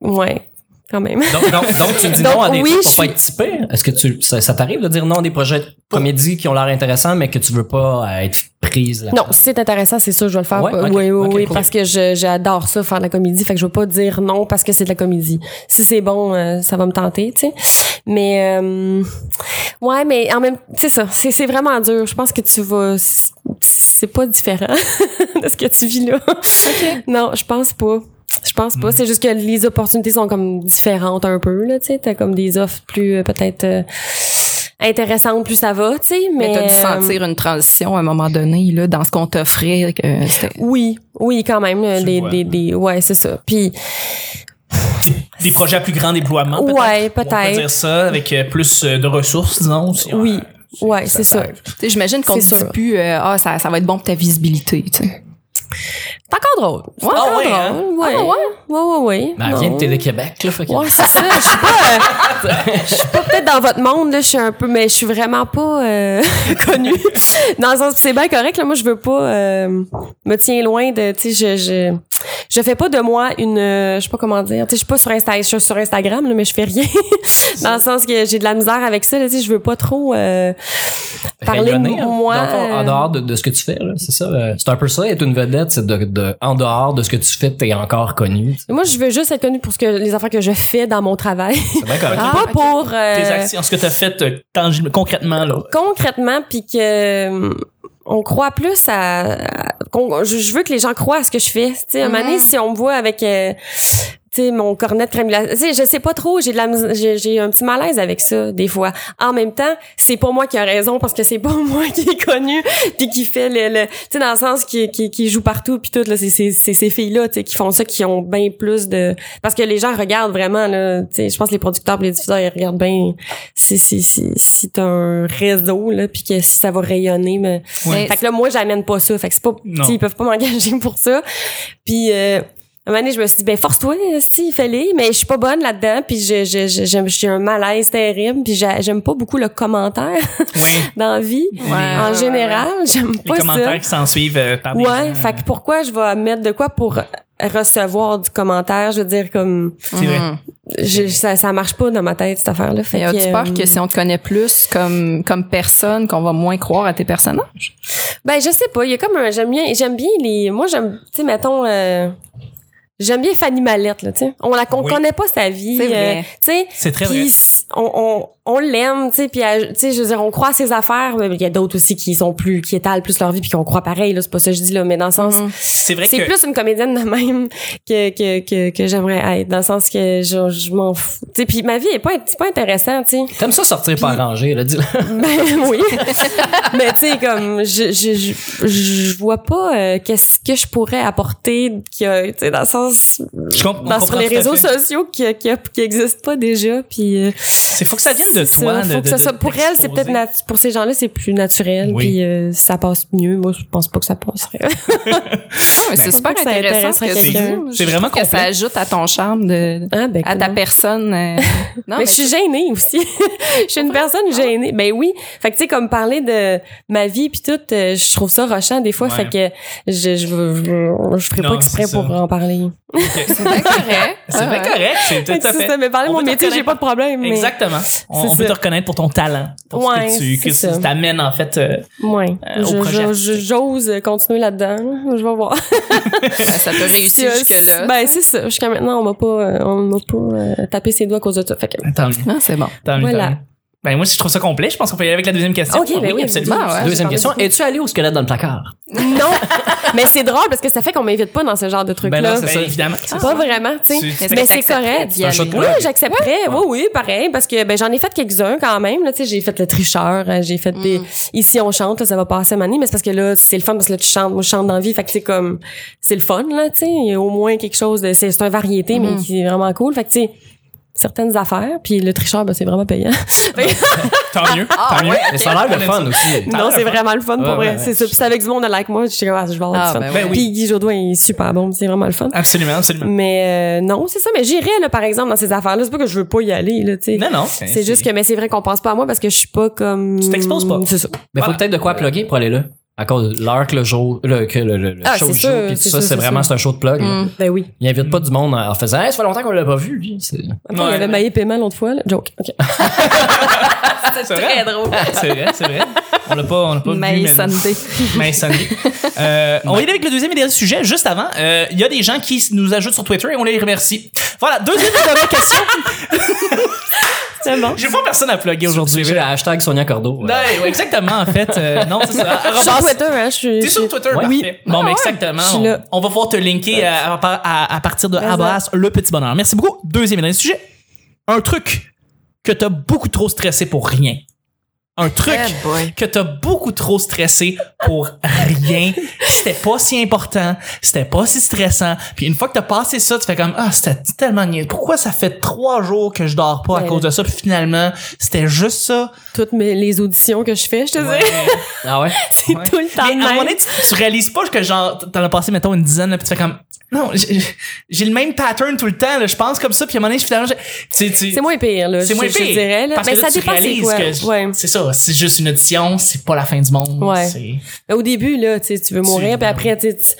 [SPEAKER 3] Ouais, quand même.
[SPEAKER 4] Donc, donc, donc, tu dis
[SPEAKER 3] Donc,
[SPEAKER 4] non à des
[SPEAKER 3] oui,
[SPEAKER 4] trucs
[SPEAKER 3] je
[SPEAKER 4] pour pas être typé. Est-ce que tu, ça, ça t'arrive de dire non à des projets de comédie qui ont l'air intéressants, mais que tu veux pas euh, être prise là
[SPEAKER 3] Non, si c'est intéressant, c'est sûr, je vais le faire.
[SPEAKER 4] Ouais, ok,
[SPEAKER 3] oui, oui,
[SPEAKER 4] ok,
[SPEAKER 3] oui,
[SPEAKER 4] cool.
[SPEAKER 3] parce que je- j'adore ça, faire de la comédie. Fait que je veux pas dire non parce que c'est de la comédie. Si c'est bon, euh, ça va me tenter, tu sais. Mais, euh, ouais, mais en même c'est ça, c'est c'est vraiment dur. Je pense que tu vas, c'est pas différent [LAUGHS] de ce que tu vis là. Non, je pense pas. Je pense pas. C'est juste que les opportunités sont comme différentes un peu, là, tu sais. T'as comme des offres plus, euh, peut-être, euh, intéressantes, plus ça va, tu sais. Mais,
[SPEAKER 5] Mais, ben, t'as dû
[SPEAKER 3] euh,
[SPEAKER 5] sentir une transition à un moment donné, là, dans ce qu'on t'offrait. que euh, c'était-
[SPEAKER 3] Oui, oui, quand même. euh, là,
[SPEAKER 2] Tu
[SPEAKER 3] Des,
[SPEAKER 2] vois.
[SPEAKER 3] des, des, ouais, c'est ça. Puis,
[SPEAKER 2] Des projets à plus grand déploiement, Ah, peut-être.
[SPEAKER 3] ouais,
[SPEAKER 2] On peut
[SPEAKER 3] peut-être.
[SPEAKER 2] dire ça, avec euh, plus euh, de ressources, disons. si on-
[SPEAKER 3] Oui, ouais, c'est ça.
[SPEAKER 2] t'arrive.
[SPEAKER 5] Tu sais, J'imagine qu'on te
[SPEAKER 3] C'est
[SPEAKER 5] dit
[SPEAKER 3] sûr.
[SPEAKER 5] plus, euh, ah, ça, ça va être bon pour ta visibilité, tu sais.
[SPEAKER 3] C'est encore drôle. C'est
[SPEAKER 2] Ah
[SPEAKER 3] encore
[SPEAKER 2] ouais,
[SPEAKER 3] drôle.
[SPEAKER 2] hein?
[SPEAKER 3] Ouais.
[SPEAKER 5] Ah
[SPEAKER 3] ouais, ouais, ouais.
[SPEAKER 4] Ben, elle vient de
[SPEAKER 3] Non.
[SPEAKER 4] Télé-Québec, là. Fait que-
[SPEAKER 3] Ouais, c'est ça. Je suis pas, euh, je suis pas peut-être dans votre monde là. Je suis un peu, mais je suis vraiment pas euh, [LAUGHS] connue. Dans le sens, que c'est bien correct. Là, moi, je veux pas euh, me tiens loin de. Tu sais, je, je je fais pas de moi une. euh, Je sais pas comment dire. Tu sais, je suis pas sur Insta, je suis sur Instagram là, mais je fais rien. dans le sens que j'ai de la misère avec ça. là, Tu sais, je veux pas trop euh, parler de
[SPEAKER 4] Rayonner, hein,
[SPEAKER 3] moi.
[SPEAKER 4] dans le fond, en
[SPEAKER 3] euh,
[SPEAKER 4] dehors de, de ce que tu fais, là, c'est ça. euh, c'est un peu ça, être une vedette, c'est de, de- en dehors de ce que tu fais, t'es encore connu.
[SPEAKER 3] Mais Moi, je veux juste être connue pour ce que les affaires que je fais dans mon travail,
[SPEAKER 4] C'est bien correct.
[SPEAKER 3] pas
[SPEAKER 5] ok.
[SPEAKER 3] pour euh,
[SPEAKER 2] Tes actions, ce que t'as fait euh, tangible- concrètement, là.
[SPEAKER 3] concrètement, puis que hum, on croit plus à, à- qu'on- je, je veux que les gens croient à ce que je fais. Tu sais, à un moment donné,
[SPEAKER 5] Mhm.
[SPEAKER 3] si on me voit avec euh, tu sais, mon cornet de crème glacée. Tu sais, je sais pas trop, j'ai de la mis- j'ai j'ai un petit malaise avec ça des fois. En même temps, c'est pas moi qui a raison parce que c'est pas [LAUGHS] moi qui est connu puis qui fait le, le- tu sais dans le sens qui qui, qui joue partout puis tout là, c'est c'est c'est ces filles là, tu sais qui font ça qui ont bien plus de parce que les gens regardent vraiment là, tu sais, je pense que les producteurs, puis les diffuseurs, ils regardent bien si si si si t'as un réseau là puis que si ça va rayonner mais [LAUGHS]
[SPEAKER 5] Ouais.
[SPEAKER 3] fait que là moi j'amène pas ça, fait que c'est pas
[SPEAKER 2] Non.
[SPEAKER 3] tu sais, ils peuvent pas m'engager [LAUGHS] pour ça. Puis euh, à un moment donné, je me suis dit, ben, force-toi, si, fais-les, mais je suis pas bonne là-dedans, puis je, je, je, j'aime- j'ai un malaise terrible, puis j'a- j'aime pas beaucoup le commentaire [LAUGHS]
[SPEAKER 2] Oui.
[SPEAKER 3] dans la vie.
[SPEAKER 5] Ouais.
[SPEAKER 3] En général, j'aime
[SPEAKER 2] Ah, Les
[SPEAKER 3] Ah, pas
[SPEAKER 2] commentaires
[SPEAKER 3] ça.
[SPEAKER 2] qui s'en suivent euh, par des
[SPEAKER 3] Ouais,
[SPEAKER 2] gens.
[SPEAKER 3] fait que pourquoi je vais mettre de quoi pour recevoir du commentaire, je veux dire, comme,
[SPEAKER 2] C'est vrai.
[SPEAKER 5] Mhm.
[SPEAKER 3] je- ça, ça marche pas dans ma tête, cette affaire-là. Fait
[SPEAKER 5] Mais as-tu
[SPEAKER 3] que,
[SPEAKER 5] peur
[SPEAKER 3] euh,
[SPEAKER 5] que si on te connaît plus comme, comme personne, qu'on va moins croire à tes personnages?
[SPEAKER 3] Ben je sais pas, il y a comme un j'aime bien j'aime bien les moi j'aime tu sais mettons euh, j'aime bien Fanny Mallette là, tu sais. On la on
[SPEAKER 2] Oui.
[SPEAKER 3] connaît pas sa vie,
[SPEAKER 5] C'est vrai.
[SPEAKER 3] euh, tu sais.
[SPEAKER 2] C'est très
[SPEAKER 3] Puis
[SPEAKER 2] vrai.
[SPEAKER 3] s- on, on, on l'aime, tu sais, puis elle- tu sais, je veux dire, on croit à ses affaires, mais il y a d'autres aussi qui sont plus, qui étalent plus leur vie, puis qu'on croit pareil, là, c'est pas ça que je dis, là, mais dans le sens,
[SPEAKER 2] Mm. C'est vrai
[SPEAKER 3] c'est
[SPEAKER 2] que.
[SPEAKER 3] plus une comédienne de même que, que, que, que j'aimerais être, dans le sens que je, je m'en fous, tu sais, puis ma vie est pas, c'est pas intéressante, tu sais.
[SPEAKER 4] T'aimes ça sortir pas arrangé, là,
[SPEAKER 3] [LAUGHS]
[SPEAKER 4] dis
[SPEAKER 3] Ben oui. Mais tu sais, comme, je, je, je, je vois pas euh, qu'est-ce que je pourrais apporter, qui a, tu sais, dans le sens,
[SPEAKER 2] Je comp- on
[SPEAKER 3] dans, sur
[SPEAKER 2] comprend
[SPEAKER 3] les
[SPEAKER 2] tout à
[SPEAKER 3] réseaux
[SPEAKER 2] fait.
[SPEAKER 3] sociaux qui, qui, qui existent pas déjà. Puis, euh,
[SPEAKER 2] C'est faut que ça vienne de
[SPEAKER 3] c'est
[SPEAKER 2] toi.
[SPEAKER 3] ça,
[SPEAKER 2] de-
[SPEAKER 3] faut
[SPEAKER 2] de-
[SPEAKER 3] que ça
[SPEAKER 2] de
[SPEAKER 3] soit- pour elle, c'est peut-être,
[SPEAKER 2] t'exposer.
[SPEAKER 3] nat- pour ces gens-là, c'est plus naturel,
[SPEAKER 2] Oui.
[SPEAKER 3] puis euh, ça passe mieux. Moi, je pense pas que ça passerait.
[SPEAKER 5] Ouais, c'est super
[SPEAKER 3] que ça
[SPEAKER 5] intéressant ce que
[SPEAKER 3] intéresserait
[SPEAKER 5] tu dis.
[SPEAKER 3] quelqu'un.
[SPEAKER 5] Je
[SPEAKER 2] C'est vraiment
[SPEAKER 5] trouve que ça
[SPEAKER 2] complet.
[SPEAKER 5] ajoute à ton charme de,
[SPEAKER 3] [LAUGHS] Ah, ben,
[SPEAKER 5] à ta
[SPEAKER 3] cool.
[SPEAKER 5] personne. [LAUGHS] euh, non,
[SPEAKER 3] mais je suis gênée aussi. [LAUGHS] je suis une personne gênée. Ben oui. Fait que tu sais comme parler de ma vie puis tout, euh, je trouve ça rochant des fois.
[SPEAKER 2] Ouais.
[SPEAKER 3] Fait que je je veux- je, je ferai
[SPEAKER 2] Non,
[SPEAKER 3] pas exprès
[SPEAKER 2] c'est ça.
[SPEAKER 3] pour en parler.
[SPEAKER 2] [LAUGHS]
[SPEAKER 5] c'est bien correct.
[SPEAKER 2] C'est bien
[SPEAKER 5] Ouais.
[SPEAKER 2] correct. C'est tout
[SPEAKER 3] Ah, Fait que
[SPEAKER 2] à
[SPEAKER 3] c'est
[SPEAKER 2] fait.
[SPEAKER 3] ça, mais parler de
[SPEAKER 2] On
[SPEAKER 3] mon
[SPEAKER 2] peut te
[SPEAKER 3] métier, j'ai
[SPEAKER 2] reconnaître.
[SPEAKER 3] pas de problème. mais-
[SPEAKER 2] Exactement. On,
[SPEAKER 3] C'est
[SPEAKER 2] on veut
[SPEAKER 3] ça.
[SPEAKER 2] te reconnaître pour ton talent, pour
[SPEAKER 3] Ouais,
[SPEAKER 2] ce que tu
[SPEAKER 3] c'est
[SPEAKER 2] que
[SPEAKER 3] ça.
[SPEAKER 2] tu t'amènes en fait. euh,
[SPEAKER 3] Ouais.
[SPEAKER 2] Euh, au
[SPEAKER 3] Je-
[SPEAKER 2] projet
[SPEAKER 3] je-
[SPEAKER 2] artistique.
[SPEAKER 3] je- J'ose continuer là-dedans. là. Je vais voir.
[SPEAKER 5] Ben, ça t'a réussi
[SPEAKER 3] [LAUGHS] Si, euh,
[SPEAKER 5] jusque-là.
[SPEAKER 3] Ben c'est ça. Jusqu'à maintenant, on m'a pas, euh, on m'a pas euh, tapé ses doigts à cause de ça. Fait que
[SPEAKER 2] Tant mieux.
[SPEAKER 5] Non, c'est bon.
[SPEAKER 2] Tant mieux.
[SPEAKER 3] Voilà.
[SPEAKER 2] tant mieux. Ben moi, si je trouve ça complet, je pense qu'on peut y aller avec la deuxième question.
[SPEAKER 3] Ok,
[SPEAKER 2] Ah
[SPEAKER 3] ben oui,
[SPEAKER 2] absolument.
[SPEAKER 5] absolument, ouais.
[SPEAKER 4] Deuxième
[SPEAKER 3] j'ai
[SPEAKER 4] question.
[SPEAKER 3] parlé de
[SPEAKER 4] Es-tu allé au squelette dans le placard?
[SPEAKER 3] Non, [LAUGHS] mais c'est drôle parce que ça fait qu'on m'invite pas dans ce genre de truc-là.
[SPEAKER 4] Ben non, c'est
[SPEAKER 2] Ben,
[SPEAKER 4] ça.
[SPEAKER 2] évidemment.
[SPEAKER 3] pas vraiment,
[SPEAKER 2] Tu-
[SPEAKER 3] tu sais.
[SPEAKER 2] tu
[SPEAKER 3] Mais c'est
[SPEAKER 5] t'accepterais
[SPEAKER 3] correct.
[SPEAKER 5] d'y aller.
[SPEAKER 4] shot pour
[SPEAKER 3] Oui,
[SPEAKER 4] la vie.
[SPEAKER 3] j'accepterais. Oui, oui, pareil, parce que ben j'en ai fait quelques-uns quand même. Là, tu sais, j'ai fait le tricheur, euh, j'ai fait des. Ici on chante, là, ça va passer à ma année, mais c'est parce que là c'est le fun parce que là tu chantes, moi je chante dans la vie, fait que c'est comme c'est le fun là, tu sais. Il y a au moins quelque chose de c'est c'est une variété mais qui est vraiment cool, fait que tu sais certaines affaires, puis le tricheur ben c'est vraiment payant.
[SPEAKER 2] Tant mieux.
[SPEAKER 3] Ah,
[SPEAKER 2] Tant mieux.
[SPEAKER 4] Mais ça a l'air le fun aussi.
[SPEAKER 2] Ah,
[SPEAKER 3] [LAUGHS] non, c'est
[SPEAKER 2] ouais.
[SPEAKER 3] vraiment le fun
[SPEAKER 4] Ouais,
[SPEAKER 3] pour vrai.
[SPEAKER 4] ouais, ouais.
[SPEAKER 3] C'est ça. Puis c'est avec du monde like moi, je suis comme ah, je vais avoir du
[SPEAKER 5] Ah,
[SPEAKER 3] fun.
[SPEAKER 5] ben
[SPEAKER 2] Ben oui.
[SPEAKER 3] Puis Guy Jodoin il est super bon, c'est vraiment le fun.
[SPEAKER 2] Absolument, absolument.
[SPEAKER 3] Mais euh, non, c'est ça. Mais j'irais, là, par exemple, dans ces affaires-là. C'est pas que je veux pas y aller, là, tu sais.
[SPEAKER 2] Non, non.
[SPEAKER 3] C'est juste que, mais c'est vrai qu'on pense pas à moi parce que je suis pas comme.
[SPEAKER 2] Tu t'exposes pas.
[SPEAKER 3] C'est ça.
[SPEAKER 4] Mais faut
[SPEAKER 2] Voilà.
[SPEAKER 4] peut-être de quoi plugger pour aller là. À cause de l'heure que le jour, le, que le, le- le
[SPEAKER 3] Ah,
[SPEAKER 4] show
[SPEAKER 3] c'est
[SPEAKER 4] joue,
[SPEAKER 3] sûr,
[SPEAKER 4] puis tout
[SPEAKER 3] c'est
[SPEAKER 4] ça,
[SPEAKER 3] sûr,
[SPEAKER 4] c'est
[SPEAKER 3] c'est
[SPEAKER 4] vraiment,
[SPEAKER 3] sûr.
[SPEAKER 4] c'est un show de plug. là.
[SPEAKER 3] Ben oui.
[SPEAKER 4] Il invite
[SPEAKER 2] Mm.
[SPEAKER 4] pas du monde en en faisant, hey, ça fait longtemps qu'on l'a pas vu, lui. C'est-
[SPEAKER 3] Attends,
[SPEAKER 2] Ouais.
[SPEAKER 3] il y avait maillé paiement l'autre fois, là. Joke.
[SPEAKER 2] [LAUGHS]
[SPEAKER 3] OK.
[SPEAKER 5] Ah,
[SPEAKER 2] c'est très drôle. C'est vrai, c'est vrai. On l'a pas, on l'a pas vu,
[SPEAKER 5] Mais
[SPEAKER 2] mais- [LAUGHS]
[SPEAKER 5] Sunday.
[SPEAKER 2] Mais ça n'est. Euh, on est avec le deuxième et dernier sujet. Juste avant, euh, il y a des gens qui nous ajoutent sur Twitter et on les remercie. Voilà, deuxième et dernière question.
[SPEAKER 3] C'est bon.
[SPEAKER 2] J'ai pas personne à plugger aujourd'hui.
[SPEAKER 4] Suivez le hashtag Sonia Cordo. Euh,
[SPEAKER 2] Non, Ben, ouais, exactement, en fait. Euh, non, c'est [LAUGHS] ça.
[SPEAKER 3] Je suis sur Twitter, hein. Je suis.
[SPEAKER 2] T'es sur Twitter,
[SPEAKER 4] Ouais.
[SPEAKER 2] parfait. Bon, mais exactement.
[SPEAKER 3] Ah Je suis
[SPEAKER 2] On-
[SPEAKER 3] là.
[SPEAKER 2] On, va pouvoir te linker euh, à, à- à partir de
[SPEAKER 3] Vas-y.
[SPEAKER 2] Abrasse le petit bonheur. Merci beaucoup. Deuxième et dernier sujet. Un truc que t'as beaucoup trop stressé pour rien. Un truc
[SPEAKER 5] Eh boy.
[SPEAKER 2] que t'as beaucoup trop stressé pour rien. C'était pas si important, c'était pas si stressant. Puis une fois que t'as passé ça, tu fais comme ah c'était tellement niais. Pourquoi ça fait trois jours que je dors pas à
[SPEAKER 3] Ouais.
[SPEAKER 2] cause de ça Puis finalement c'était juste ça.
[SPEAKER 3] Toutes mes, les auditions que je fais, je te
[SPEAKER 2] Ouais.
[SPEAKER 3] dis.
[SPEAKER 4] Ah ouais?
[SPEAKER 3] C'est
[SPEAKER 2] Ouais.
[SPEAKER 3] tout le temps.
[SPEAKER 2] Mais à un
[SPEAKER 3] de
[SPEAKER 2] moment
[SPEAKER 3] même.
[SPEAKER 2] donné, tu, tu réalises pas que genre t'en as passé mettons une dizaine là, puis tu fais comme non j'ai j'ai le même pattern tout le temps. là. Je pense comme ça puis à un moment donné finalement je- tu, tu,
[SPEAKER 3] C'est moins pire, là.
[SPEAKER 2] c'est
[SPEAKER 3] je-
[SPEAKER 2] moins
[SPEAKER 3] je
[SPEAKER 2] pire.
[SPEAKER 3] te dirais, là.
[SPEAKER 2] Parce
[SPEAKER 3] Ben,
[SPEAKER 2] que là,
[SPEAKER 3] ça
[SPEAKER 2] tu
[SPEAKER 3] dépend, c'est
[SPEAKER 2] réalises
[SPEAKER 3] quoi.
[SPEAKER 2] que
[SPEAKER 3] Ouais.
[SPEAKER 2] c'est ça, c'est juste une audition, c'est pas la fin du monde.
[SPEAKER 3] Ouais.
[SPEAKER 2] c'est-
[SPEAKER 3] Mais Ben, au début, là, tu sais, tu veux mourir, puis après, tu sais, tu-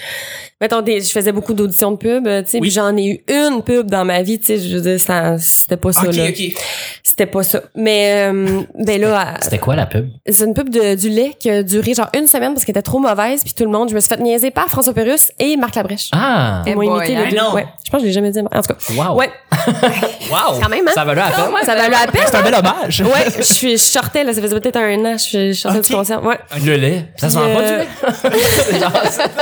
[SPEAKER 3] mettons, des, je faisais beaucoup d'auditions de pub, euh, tu sais,
[SPEAKER 2] Oui.
[SPEAKER 3] puis j'en ai eu une pub dans ma vie, tu sais, je veux dire, ça, c'était pas ça,
[SPEAKER 2] Ok,
[SPEAKER 3] là.
[SPEAKER 2] ok.
[SPEAKER 3] C'était pas ça. Mais, euh, ben là, à-
[SPEAKER 4] C'était quoi la pub?
[SPEAKER 3] c'est une pub de, du lait qui a duré genre une semaine parce qu'elle était trop mauvaise, puis tout le monde, je me suis fait niaiser par François Pérus et Marc Labrèche.
[SPEAKER 4] Ah!
[SPEAKER 3] Ils m'ont
[SPEAKER 5] Eh boy,
[SPEAKER 3] imité les
[SPEAKER 5] hein?
[SPEAKER 3] deux.
[SPEAKER 2] Non.
[SPEAKER 3] Ouais. Je pense que je l'ai jamais dit. En tout cas.
[SPEAKER 4] Wow!
[SPEAKER 3] Ouais.
[SPEAKER 4] Wow!
[SPEAKER 3] Quand même, hein?
[SPEAKER 4] Ça valait la peine.
[SPEAKER 3] Ça valait la peine.
[SPEAKER 2] C'est un bel hommage.
[SPEAKER 3] Ouais, je suis, je sortais, là, ça faisait peut-être un an, je, suis- je sortais
[SPEAKER 2] Ok.
[SPEAKER 3] du concert. Ouais.
[SPEAKER 4] Ah, Le lait. Ça se vend
[SPEAKER 3] Puis,
[SPEAKER 4] pas du
[SPEAKER 3] euh,
[SPEAKER 4] lait?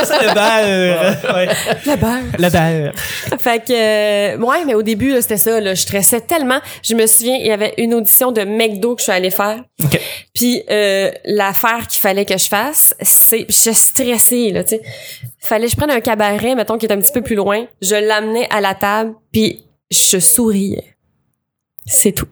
[SPEAKER 2] C'est le beurre. Ouais.
[SPEAKER 3] La barre.
[SPEAKER 2] Le beurre.
[SPEAKER 3] Fait que, euh, ouais, mais au début, là, c'était ça, là, je stressais tellement. Je me souviens, il y avait une audition de McDo que je suis allée faire.
[SPEAKER 2] OK.
[SPEAKER 3] Puis euh, l'affaire qu'il fallait que je fasse, c'est, je stressais, là, tu sais. Fallait que je prenne un cabaret, mettons, qui est un petit peu plus loin. Je l'amenais à la table, puis je souriais. C'est tout.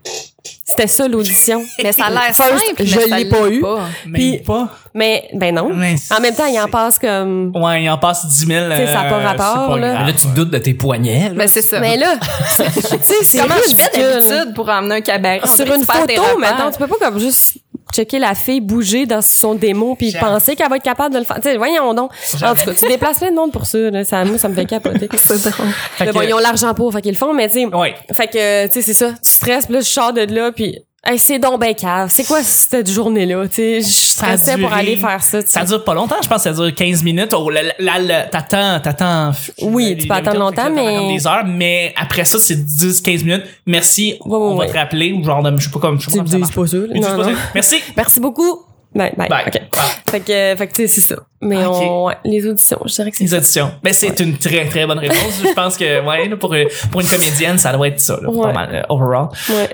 [SPEAKER 3] C'était ça l'audition.
[SPEAKER 5] Mais ça a l'air
[SPEAKER 3] First,
[SPEAKER 5] simple. mais
[SPEAKER 3] je
[SPEAKER 5] ça
[SPEAKER 3] l'ai
[SPEAKER 5] l'est
[SPEAKER 3] pas eu.
[SPEAKER 2] Puis
[SPEAKER 3] Puis-
[SPEAKER 2] pas.
[SPEAKER 3] Mais, ben non.
[SPEAKER 2] Mais
[SPEAKER 3] En même temps, il en passe comme...
[SPEAKER 2] Ouais, il en passe 10 000.
[SPEAKER 3] sais, ça a pas
[SPEAKER 2] euh,
[SPEAKER 3] rapport,
[SPEAKER 2] c'est pas
[SPEAKER 3] là.
[SPEAKER 2] grave.
[SPEAKER 4] Là, tu te doutes de tes poignets. là.
[SPEAKER 5] Ben, c'est ça.
[SPEAKER 3] Mais là, tu sais, c'est
[SPEAKER 5] Comment je fais
[SPEAKER 3] ridicule.
[SPEAKER 5] d'habitude pour emmener un cabaret?
[SPEAKER 3] sur
[SPEAKER 5] Faudrait
[SPEAKER 3] une
[SPEAKER 5] faire tes repères.
[SPEAKER 3] photo, maintenant, tu peux pas comme juste checker la fille bouger dans son démo puis
[SPEAKER 2] J'avoue.
[SPEAKER 3] penser qu'elle va être capable de le faire. Tu sais, voyons donc. En tout cas, tu déplaces plein de monde pour ça. Là. Ça, moi, ça me
[SPEAKER 2] [LAUGHS]
[SPEAKER 3] fait capoter.
[SPEAKER 5] C'est drôle.
[SPEAKER 2] Fait
[SPEAKER 3] Mais
[SPEAKER 2] que-
[SPEAKER 3] bon, ils ont l'argent pour, fait qu'ils le font, mais tu sais,
[SPEAKER 2] Ouais.
[SPEAKER 3] fait que, tu sais, c'est ça. Tu stresses, puis là, je sors de là, puis hey, c'est donc ben cave. C'est quoi cette journée-là? Tu sais, je
[SPEAKER 2] a
[SPEAKER 3] stressais
[SPEAKER 2] duré.
[SPEAKER 3] pour aller faire ça. tu sais.
[SPEAKER 2] Ça dure pas longtemps, je pense que ça dure 15 minutes. Oh, là, là, là, t'attends, t'attends.
[SPEAKER 3] Oui, tu peux
[SPEAKER 2] Les-
[SPEAKER 3] attendre longtemps,
[SPEAKER 2] t'attends comme
[SPEAKER 3] mais-
[SPEAKER 2] des heures, mais après ça, c'est 10, 15 minutes. Merci,
[SPEAKER 3] Ouais, ouais,
[SPEAKER 2] on va
[SPEAKER 3] ouais.
[SPEAKER 2] te rappeler, ou genre, je sais pas comme, je sais
[SPEAKER 3] Tu
[SPEAKER 2] pas
[SPEAKER 3] me
[SPEAKER 2] comment ça
[SPEAKER 3] dis
[SPEAKER 2] marche.
[SPEAKER 3] pas ça. là.
[SPEAKER 2] Ils disent
[SPEAKER 3] Non,
[SPEAKER 2] pas
[SPEAKER 3] non.
[SPEAKER 2] ça. Merci.
[SPEAKER 3] Merci beaucoup. Bye, bye.
[SPEAKER 2] Bye.
[SPEAKER 3] OK.
[SPEAKER 2] Ah.
[SPEAKER 3] Fait que, euh, fait que tu sais, c'est ça. Mais
[SPEAKER 2] Ok.
[SPEAKER 3] on- ouais, les auditions, je dirais que c'est
[SPEAKER 2] Les auditions. Ben, c'est une très, très bonne réponse. je pense que, ouais, là, pour, euh, pour une comédienne, ça doit être ça, là,
[SPEAKER 3] Ouais.
[SPEAKER 2] pas mal, euh, overall.
[SPEAKER 3] Ouais.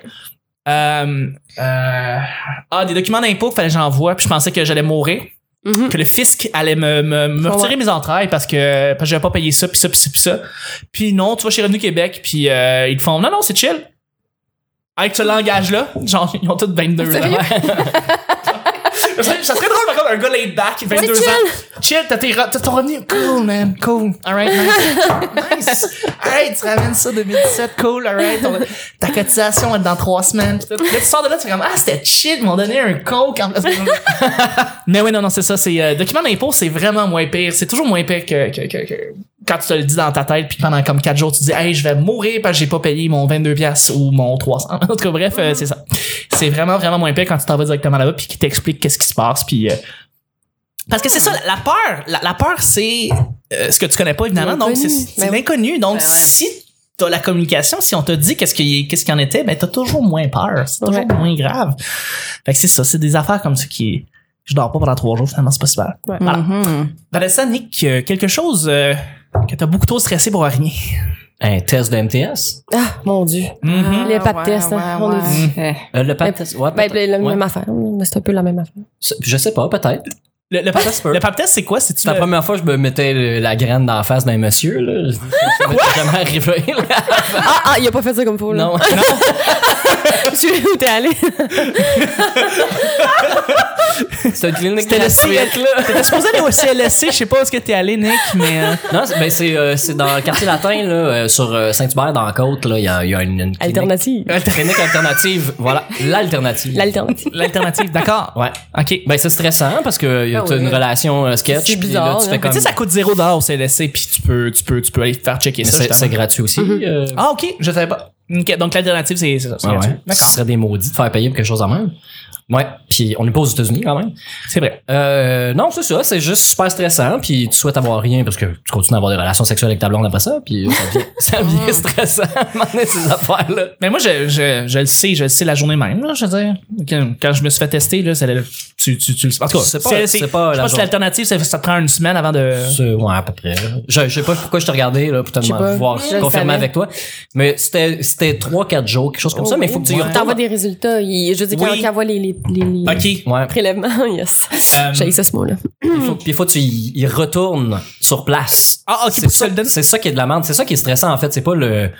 [SPEAKER 2] Euh, euh, ah, des documents d'impôt, fallait que j'envoie, puis je pensais que j'allais mourir.
[SPEAKER 3] Mhm.
[SPEAKER 2] Que le fisc allait me, me, me
[SPEAKER 3] Ouais.
[SPEAKER 2] retirer mes entrailles parce que, parce que j'avais pas payé ça, puis ça, puis ça, puis ça. Puis non, tu vas chez Revenu Québec, puis euh, ils te font non, non, c'est chill. Avec ce langage-là, genre, ils ont tous 22 ans.
[SPEAKER 5] Sérieux?
[SPEAKER 2] [LAUGHS] ça serait drôle, par contre, un gars laid back, 22 ans.
[SPEAKER 3] C'est
[SPEAKER 2] Chill, t'as, tes, re- t'as ton revenu. Cool, man. Cool. Alright, nice. nice. Alright, tu ramènes ça 2017. Cool, alright. On- Ta cotisation va être dans trois semaines. Puis tout. Là, tu sors de là, tu fais comme, ah, c'était chill, ils m'ont donné un coke en place. [LAUGHS] Mais oui, non, non, c'est ça. C'est, euh, document d'impôt, c'est vraiment moins pire. C'est toujours moins pire que, que, que, que quand tu te le dis dans ta tête, puis pendant comme quatre jours, tu dis, hey, je vais mourir parce que j'ai pas payé mon 22$ piastres ou mon 300. [LAUGHS] En tout cas, bref, euh, c'est ça. C'est vraiment, vraiment moins pire quand tu t'en vas directement là-bas, puis qu'ils t'expliquent qu'est-ce qui se passe, puis. euh, parce que c'est ça, la la peur, la, la peur, c'est euh, ce que tu connais pas, évidemment. Donc,
[SPEAKER 3] L'inconnu.
[SPEAKER 2] c'est c'est
[SPEAKER 3] Ben oui.
[SPEAKER 2] l'inconnu. Donc,
[SPEAKER 5] Ben ouais.
[SPEAKER 2] si t'as la communication, si on te dit qu'est-ce qu'il qu'est-ce qu'il en était, ben t'as toujours moins peur, c'est toujours
[SPEAKER 3] Ouais.
[SPEAKER 2] moins grave. Fait que c'est ça, c'est des affaires comme ça qui je dors pas pendant trois jours, finalement, c'est pas super.
[SPEAKER 3] Ouais.
[SPEAKER 2] Voilà.
[SPEAKER 5] Mhm.
[SPEAKER 2] Vanessa, Nick, euh, quelque chose euh, que t'as beaucoup trop stressé pour rien.
[SPEAKER 4] Un test de MTS?
[SPEAKER 3] Ah, mon Dieu.
[SPEAKER 5] Mm-hmm.
[SPEAKER 2] Mhm.
[SPEAKER 3] Les pas de test, hein, on a dit.
[SPEAKER 5] Eh.
[SPEAKER 4] Euh, le pap test? Ouais,
[SPEAKER 3] Ben,
[SPEAKER 4] peut-être.
[SPEAKER 3] la
[SPEAKER 4] Ouais.
[SPEAKER 3] même affaire. mais C'est un peu la même affaire.
[SPEAKER 4] C'est- Je sais pas, peut-être.
[SPEAKER 2] Le, le,
[SPEAKER 4] Ça se peut.
[SPEAKER 2] le pap test, c'est quoi? C'est
[SPEAKER 4] C'est la première fois que je me mettais le- la graine dans la face d'un monsieur, là. Ça m'était jamais arrivé, là.
[SPEAKER 3] Ah, ah, il a pas fait ça comme faut, là. [LAUGHS]
[SPEAKER 4] Non.
[SPEAKER 3] Tu sais où t'es allé?
[SPEAKER 4] [LAUGHS] C'est une clinique
[SPEAKER 2] C'était le
[SPEAKER 4] gratuite.
[SPEAKER 2] CL... T'étais supposé aller au CLSC, je sais pas où est-ce que t'es allé, Nick, mais... euh,
[SPEAKER 4] Non, c'est- ben, c'est, euh, c'est dans le quartier latin, là, euh, sur euh, Saint-Hubert, dans la côte, là. Il y a, il y a une, [LAUGHS] une clinique,
[SPEAKER 3] Alternative.
[SPEAKER 4] clinique alternative. Voilà. L'alternative.
[SPEAKER 3] L'alternative.
[SPEAKER 2] [LAUGHS] L'alternative, d'accord.
[SPEAKER 4] Ouais.
[SPEAKER 2] OK.
[SPEAKER 4] Ben, c'est stressant parce que y a
[SPEAKER 3] Ah
[SPEAKER 4] t'as
[SPEAKER 3] ouais.
[SPEAKER 4] une relation euh, sketch.
[SPEAKER 3] C'est
[SPEAKER 4] puis
[SPEAKER 3] bizarre,
[SPEAKER 4] là, tu
[SPEAKER 3] hein.
[SPEAKER 4] fais
[SPEAKER 2] Mais
[SPEAKER 4] comme.
[SPEAKER 2] tu sais, ça coûte zéro dollar au CLSC, puis tu peux, tu peux, tu peux aller te faire checker
[SPEAKER 4] Mais
[SPEAKER 2] ça.
[SPEAKER 4] c'est,
[SPEAKER 2] justement.
[SPEAKER 4] c'est gratuit aussi.
[SPEAKER 3] Mhm.
[SPEAKER 4] euh,
[SPEAKER 2] Ah, OK, je savais pas. OK, donc l'alternative, c'est c'est ça. c'est
[SPEAKER 4] ouais,
[SPEAKER 2] gratuit.
[SPEAKER 4] ouais. Ce serait des maudits de faire payer pour quelque chose en même. Ouais. Puis on est pas aux États-Unis quand même.
[SPEAKER 2] C'est vrai.
[SPEAKER 4] Euh, non, c'est ça. C'est juste super stressant. Puis tu souhaites avoir rien parce que tu continues à avoir des relations sexuelles avec ta blonde après ça. Puis ça devient, [LAUGHS] ça devient stressant à un moment donné, ces affaires-là.
[SPEAKER 2] Mais moi, je, je, je le sais, je le sais la journée même, là, je veux dire. Quand, quand je me suis fait tester, là, c'est le- tu, tu, tu le En tout cas,
[SPEAKER 4] C'est pas-
[SPEAKER 2] c'est-
[SPEAKER 4] c'est
[SPEAKER 2] c'est-
[SPEAKER 4] pas
[SPEAKER 2] je
[SPEAKER 4] la
[SPEAKER 2] pense que
[SPEAKER 4] journée.
[SPEAKER 2] l'alternative, ça, ça te prend une semaine avant de.
[SPEAKER 4] C'est- ouais, à peu près. Je, je sais pas pourquoi je t'ai regardé là, pour te
[SPEAKER 3] Je sais
[SPEAKER 4] demander-
[SPEAKER 3] pas.
[SPEAKER 4] voir,
[SPEAKER 3] Je le
[SPEAKER 4] confirmer
[SPEAKER 3] savais.
[SPEAKER 4] avec toi. Mais c'était, c'était 3-4 jours, quelque chose comme ça. Mais il faut que tu y
[SPEAKER 2] Oh, Ouais.
[SPEAKER 4] retournes.
[SPEAKER 3] Oh, T'envoies des résultats. il- je veux dire, quand
[SPEAKER 2] Oui.
[SPEAKER 3] quand on voit les, les, les- les
[SPEAKER 2] OK.
[SPEAKER 4] Ouais.
[SPEAKER 3] prélèvements, [LAUGHS] yes.
[SPEAKER 2] Euh,
[SPEAKER 3] J'ai ça ce mot-là.
[SPEAKER 4] Il faut, puis il faut que tu y, y retournes sur place.
[SPEAKER 2] Ah, OK,
[SPEAKER 4] C'est
[SPEAKER 2] pour ça
[SPEAKER 4] ça,
[SPEAKER 2] le donne.
[SPEAKER 4] c'est ça qui est de la merde. C'est ça qui est stressant, en fait. C'est pas le.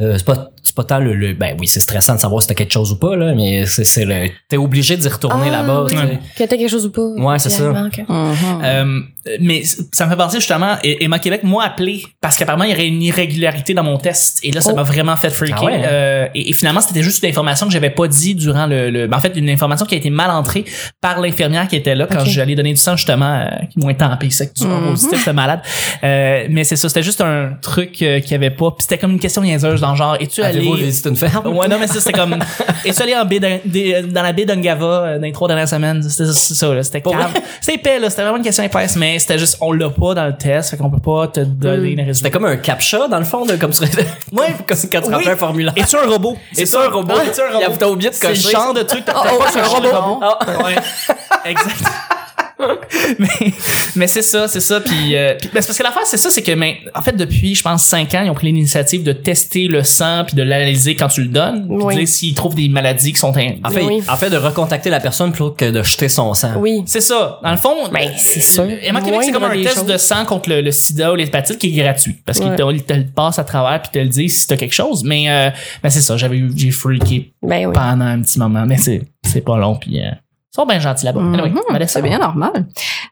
[SPEAKER 4] euh, c'est pas, c'est pas tant le, le- Ben oui, c'est stressant de savoir si t'as quelque chose ou pas, là, mais c'est, c'est le. T'es obligé d'y retourner
[SPEAKER 3] Ah,
[SPEAKER 4] là-bas.
[SPEAKER 3] oui.
[SPEAKER 4] tu sais.
[SPEAKER 3] Que t'as quelque chose ou pas. Ah,
[SPEAKER 4] Ouais, c'est ça.
[SPEAKER 3] finalement, que-
[SPEAKER 5] Mhm.
[SPEAKER 2] Euh, mais ça me fait penser justement, Emma Québec m'a appelé parce qu'apparemment il y aurait une irrégularité dans mon test et là ça
[SPEAKER 3] Oh.
[SPEAKER 2] m'a vraiment fait freaker.
[SPEAKER 4] Ah ouais?
[SPEAKER 2] Euh, et, et finalement c'était juste une information que j'avais pas dit durant le, le- ben, en fait une information qui a été mal entrée par l'infirmière qui était là quand
[SPEAKER 3] Ok.
[SPEAKER 2] j'allais donner du sang justement euh, qui m'ont étampé c'est que tu sois
[SPEAKER 5] Mhm.
[SPEAKER 2] positif, j'étais malade. Euh, mais c'est ça, c'était juste un truc euh, qu'il y avait pas. Puis c'était comme une question niaiseuse dans le genre es-tu allé
[SPEAKER 4] Avez-vous visité une ferme?
[SPEAKER 2] Ah, Ouais, non, mais ça, c'était comme. Es-tu allé en baie d'Un- des- dans la baie d'Ungava euh, dans les trois dernières semaines? C'était c'est ça, là. C'était cave. C'était épais, là. C'était vraiment une question épaisse, mais c'était juste, on l'a pas dans le test, fait qu'on peut pas te donner les
[SPEAKER 4] C'était
[SPEAKER 2] résultats.
[SPEAKER 4] comme un captcha, dans le fond, de, comme tu. [LAUGHS] Ouais, comme quand tu
[SPEAKER 2] Oui.
[SPEAKER 4] remplis un formulaire.
[SPEAKER 2] Es-tu un robot?
[SPEAKER 4] Et tu un robot?
[SPEAKER 2] Es-tu un
[SPEAKER 4] Il a-
[SPEAKER 2] robot?
[SPEAKER 4] T'as oublié de
[SPEAKER 2] C'est le
[SPEAKER 4] cocher.
[SPEAKER 2] genre de truc que t'as
[SPEAKER 5] oh,
[SPEAKER 2] pas
[SPEAKER 5] un
[SPEAKER 2] sur le
[SPEAKER 5] robot.
[SPEAKER 2] Ouais. Exact. [LAUGHS] mais mais c'est ça, c'est ça. Puis, euh, puis- ben, c'est parce que l'affaire, c'est ça, c'est que, mais, en fait, depuis, je pense, 5 ans, ils ont pris l'initiative de tester le sang puis de l'analyser quand tu le donnes. Puis
[SPEAKER 3] Oui.
[SPEAKER 2] de dire s'ils trouvent des maladies qui sont. in-
[SPEAKER 4] En fait,
[SPEAKER 3] Ben Oui.
[SPEAKER 4] en fait, de recontacter la personne plutôt que de jeter son sang.
[SPEAKER 3] Oui.
[SPEAKER 2] C'est ça. Dans le fond,
[SPEAKER 3] Ben,
[SPEAKER 2] euh,
[SPEAKER 3] c'est sûr.
[SPEAKER 2] Emma Québec, c'est comme un
[SPEAKER 3] Moindre des
[SPEAKER 2] test
[SPEAKER 3] choses.
[SPEAKER 2] de sang contre le, le sida ou l'hépatite qui est gratuit. Parce qu'ils
[SPEAKER 3] Ouais.
[SPEAKER 2] te, ils te le passent à travers puis te le disent si t'as quelque chose. Mais euh, ben c'est ça, j'avais eu, j'ai freaké
[SPEAKER 3] Ben oui.
[SPEAKER 2] pendant un petit moment. Mais c'est, c'est pas long puis euh, ils sont bien gentils là-bas. Anyway,
[SPEAKER 5] Mhm,
[SPEAKER 2] Vanessa.
[SPEAKER 5] c'est bien normal.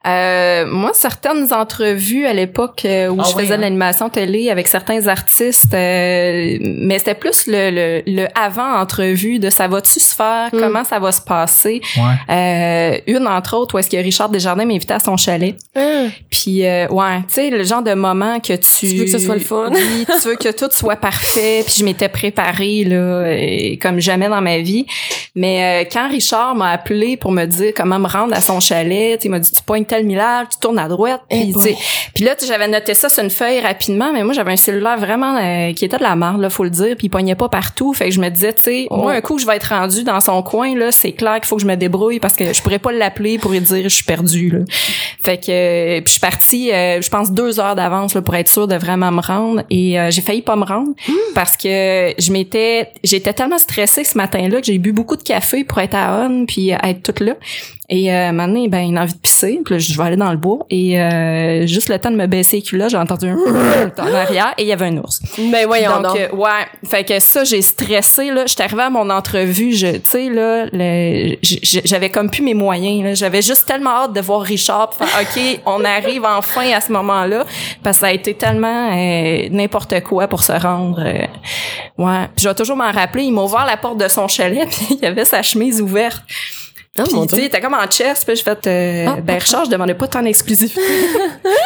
[SPEAKER 5] Euh, moi, certaines entrevues à l'époque euh, où
[SPEAKER 2] Ah
[SPEAKER 5] je
[SPEAKER 2] oui,
[SPEAKER 5] faisais
[SPEAKER 2] hein?
[SPEAKER 5] de l'animation télé avec certains artistes, euh, mais c'était plus le, le, le avant-entrevue de ça va-tu se faire,
[SPEAKER 3] Mm.
[SPEAKER 5] comment ça va se passer.
[SPEAKER 2] Ouais.
[SPEAKER 5] Euh, une, entre autres, où est-ce que Richard Desjardins m'a invité à son chalet.
[SPEAKER 3] Ah,
[SPEAKER 5] Puis, euh, ouais, tu sais, le genre de moment que tu...
[SPEAKER 3] Tu veux que ce soit le fun.
[SPEAKER 5] oui, tu veux que tout soit parfait. Puis je m'étais préparée, là, et comme jamais dans ma vie. Mais euh, quand Richard m'a appelé pour me dire comment me rendre à son chalet, tu sais, il m'a dit, tu pognes tel millage, tu tournes à droite.
[SPEAKER 3] Eh
[SPEAKER 5] Puis, tu sais, puis là, tu sais, j'avais noté ça sur une feuille rapidement, mais moi, j'avais un cellulaire vraiment euh, qui était de la marde, là, faut le dire. Puis il pognait pas partout. Fait que je me disais, tu sais,
[SPEAKER 3] Oh.
[SPEAKER 5] moi, un coup, je vais être rendu dans son coin, là, c'est clair qu'il faut que je me débrouille parce que je pourrais pas l'appeler pour lui dire, je suis perdue, là. Fait que euh, puis je suis partie, euh, je pense deux heures d'avance là, pour être sûre de vraiment me rendre et euh, j'ai failli pas me rendre parce que je m'étais, j'étais tellement stressée ce matin-là que j'ai bu beaucoup de café pour être à on puis euh, être toute là. Et euh, maintenant, ben, il a envie de pisser, puis là, je vais aller dans le bois et euh, juste le temps de me baisser les culottes, j'ai entendu un en arrière et il y avait un ours.
[SPEAKER 3] Ben voyons
[SPEAKER 5] Donc,
[SPEAKER 3] donc.
[SPEAKER 5] euh, ouais, fait que ça, j'ai stressé, là. J'étais arrivée à mon entrevue, je, tu sais, là, le- j- j- j'avais comme plus mes moyens, là. J'avais juste tellement hâte de voir Richard, pis faire, OK, on arrive enfin à ce moment-là, parce que ça a été tellement euh, n'importe quoi pour se rendre. euh, ouais, Puis je vais toujours m'en rappeler, il m'a ouvert la porte de son chalet, [LAUGHS] puis il avait sa chemise ouverte.
[SPEAKER 3] Ah,
[SPEAKER 5] Puis,
[SPEAKER 3] mon
[SPEAKER 5] tu sais, il
[SPEAKER 3] Dieu.
[SPEAKER 5] était comme en chest, puis j'ai fait, euh,
[SPEAKER 3] Ah.
[SPEAKER 5] ben, Richard, je demandais pas tant d'exclusivité.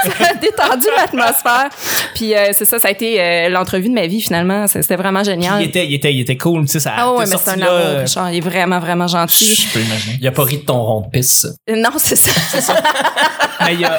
[SPEAKER 5] ça a [LAUGHS] détendu l'atmosphère. Puis, euh, c'est ça, ça a été euh, l'entrevue de ma vie, finalement. C'est- C'était vraiment génial.
[SPEAKER 2] Il était, il était, il était cool, tu sais, ça.
[SPEAKER 5] ah ouais,
[SPEAKER 2] t'es
[SPEAKER 5] mais
[SPEAKER 2] sorti
[SPEAKER 5] c'est un
[SPEAKER 2] là,
[SPEAKER 5] amour,
[SPEAKER 2] euh,
[SPEAKER 5] Richard. Il est vraiment, vraiment gentil.
[SPEAKER 2] je peux imaginer.
[SPEAKER 4] Il a pas ri de ton rond de pisse.
[SPEAKER 5] Euh, Non, c'est ça. [LAUGHS]
[SPEAKER 2] Mais il y a-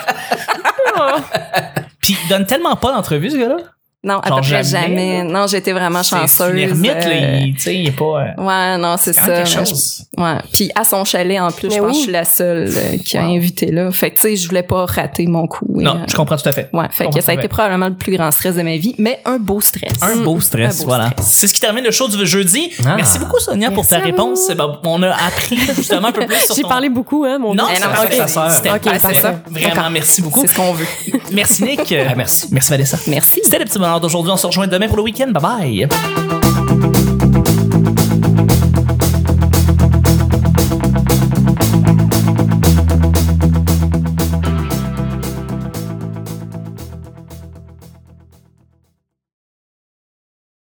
[SPEAKER 2] Puis il donne tellement pas d'entrevues, ce gars-là.
[SPEAKER 5] Non, à
[SPEAKER 2] Genre
[SPEAKER 5] peu près
[SPEAKER 2] jamais.
[SPEAKER 5] jamais. Non, j'étais vraiment
[SPEAKER 2] C'est-
[SPEAKER 5] chanceuse.
[SPEAKER 2] C'est une ermite,
[SPEAKER 5] euh,
[SPEAKER 2] là. Il, tu sais, il est pas. euh,
[SPEAKER 5] Ouais, non, c'est
[SPEAKER 2] c'est vraiment
[SPEAKER 5] ça.
[SPEAKER 2] quelque chose.
[SPEAKER 5] Ouais. Puis à son chalet en plus,
[SPEAKER 3] Mais
[SPEAKER 5] je pense
[SPEAKER 3] oui.
[SPEAKER 5] que je suis la seule euh, qui a invité là. Fait que tu sais, je voulais pas rater mon coup. et,
[SPEAKER 2] Non,
[SPEAKER 5] euh,
[SPEAKER 2] je comprends tout à fait.
[SPEAKER 5] Ouais, fait que ça a été probablement le plus grand stress de ma vie, mais un beau stress.
[SPEAKER 2] Un
[SPEAKER 4] beau stress,
[SPEAKER 5] Un beau
[SPEAKER 4] voilà.
[SPEAKER 2] C'est ce qui termine le show du jeudi.
[SPEAKER 4] Ah.
[SPEAKER 2] Merci beaucoup, Sonia, pour
[SPEAKER 3] Merci
[SPEAKER 2] ta
[SPEAKER 3] à vous.
[SPEAKER 2] réponse. C'est- ben, on a appris [LAUGHS] justement un peu plus sur
[SPEAKER 3] J'ai
[SPEAKER 2] ton-
[SPEAKER 3] parlé beaucoup, hein, mon
[SPEAKER 2] Non,
[SPEAKER 3] Dieu.
[SPEAKER 2] c'est
[SPEAKER 5] non,
[SPEAKER 2] parfait, ça
[SPEAKER 5] ok.
[SPEAKER 2] sert. C'était
[SPEAKER 3] Ok,
[SPEAKER 2] parfait.
[SPEAKER 3] c'est ça.
[SPEAKER 2] Vraiment,
[SPEAKER 3] D'accord.
[SPEAKER 2] merci beaucoup.
[SPEAKER 5] C'est ce qu'on veut.
[SPEAKER 2] Merci,
[SPEAKER 3] [LAUGHS]
[SPEAKER 2] Nick.
[SPEAKER 4] Ah,
[SPEAKER 2] merci. Merci, Vanessa.
[SPEAKER 5] Merci.
[SPEAKER 2] C'était le petit bonheur d'aujourd'hui. On se rejoint demain pour le week-end. Bye bye.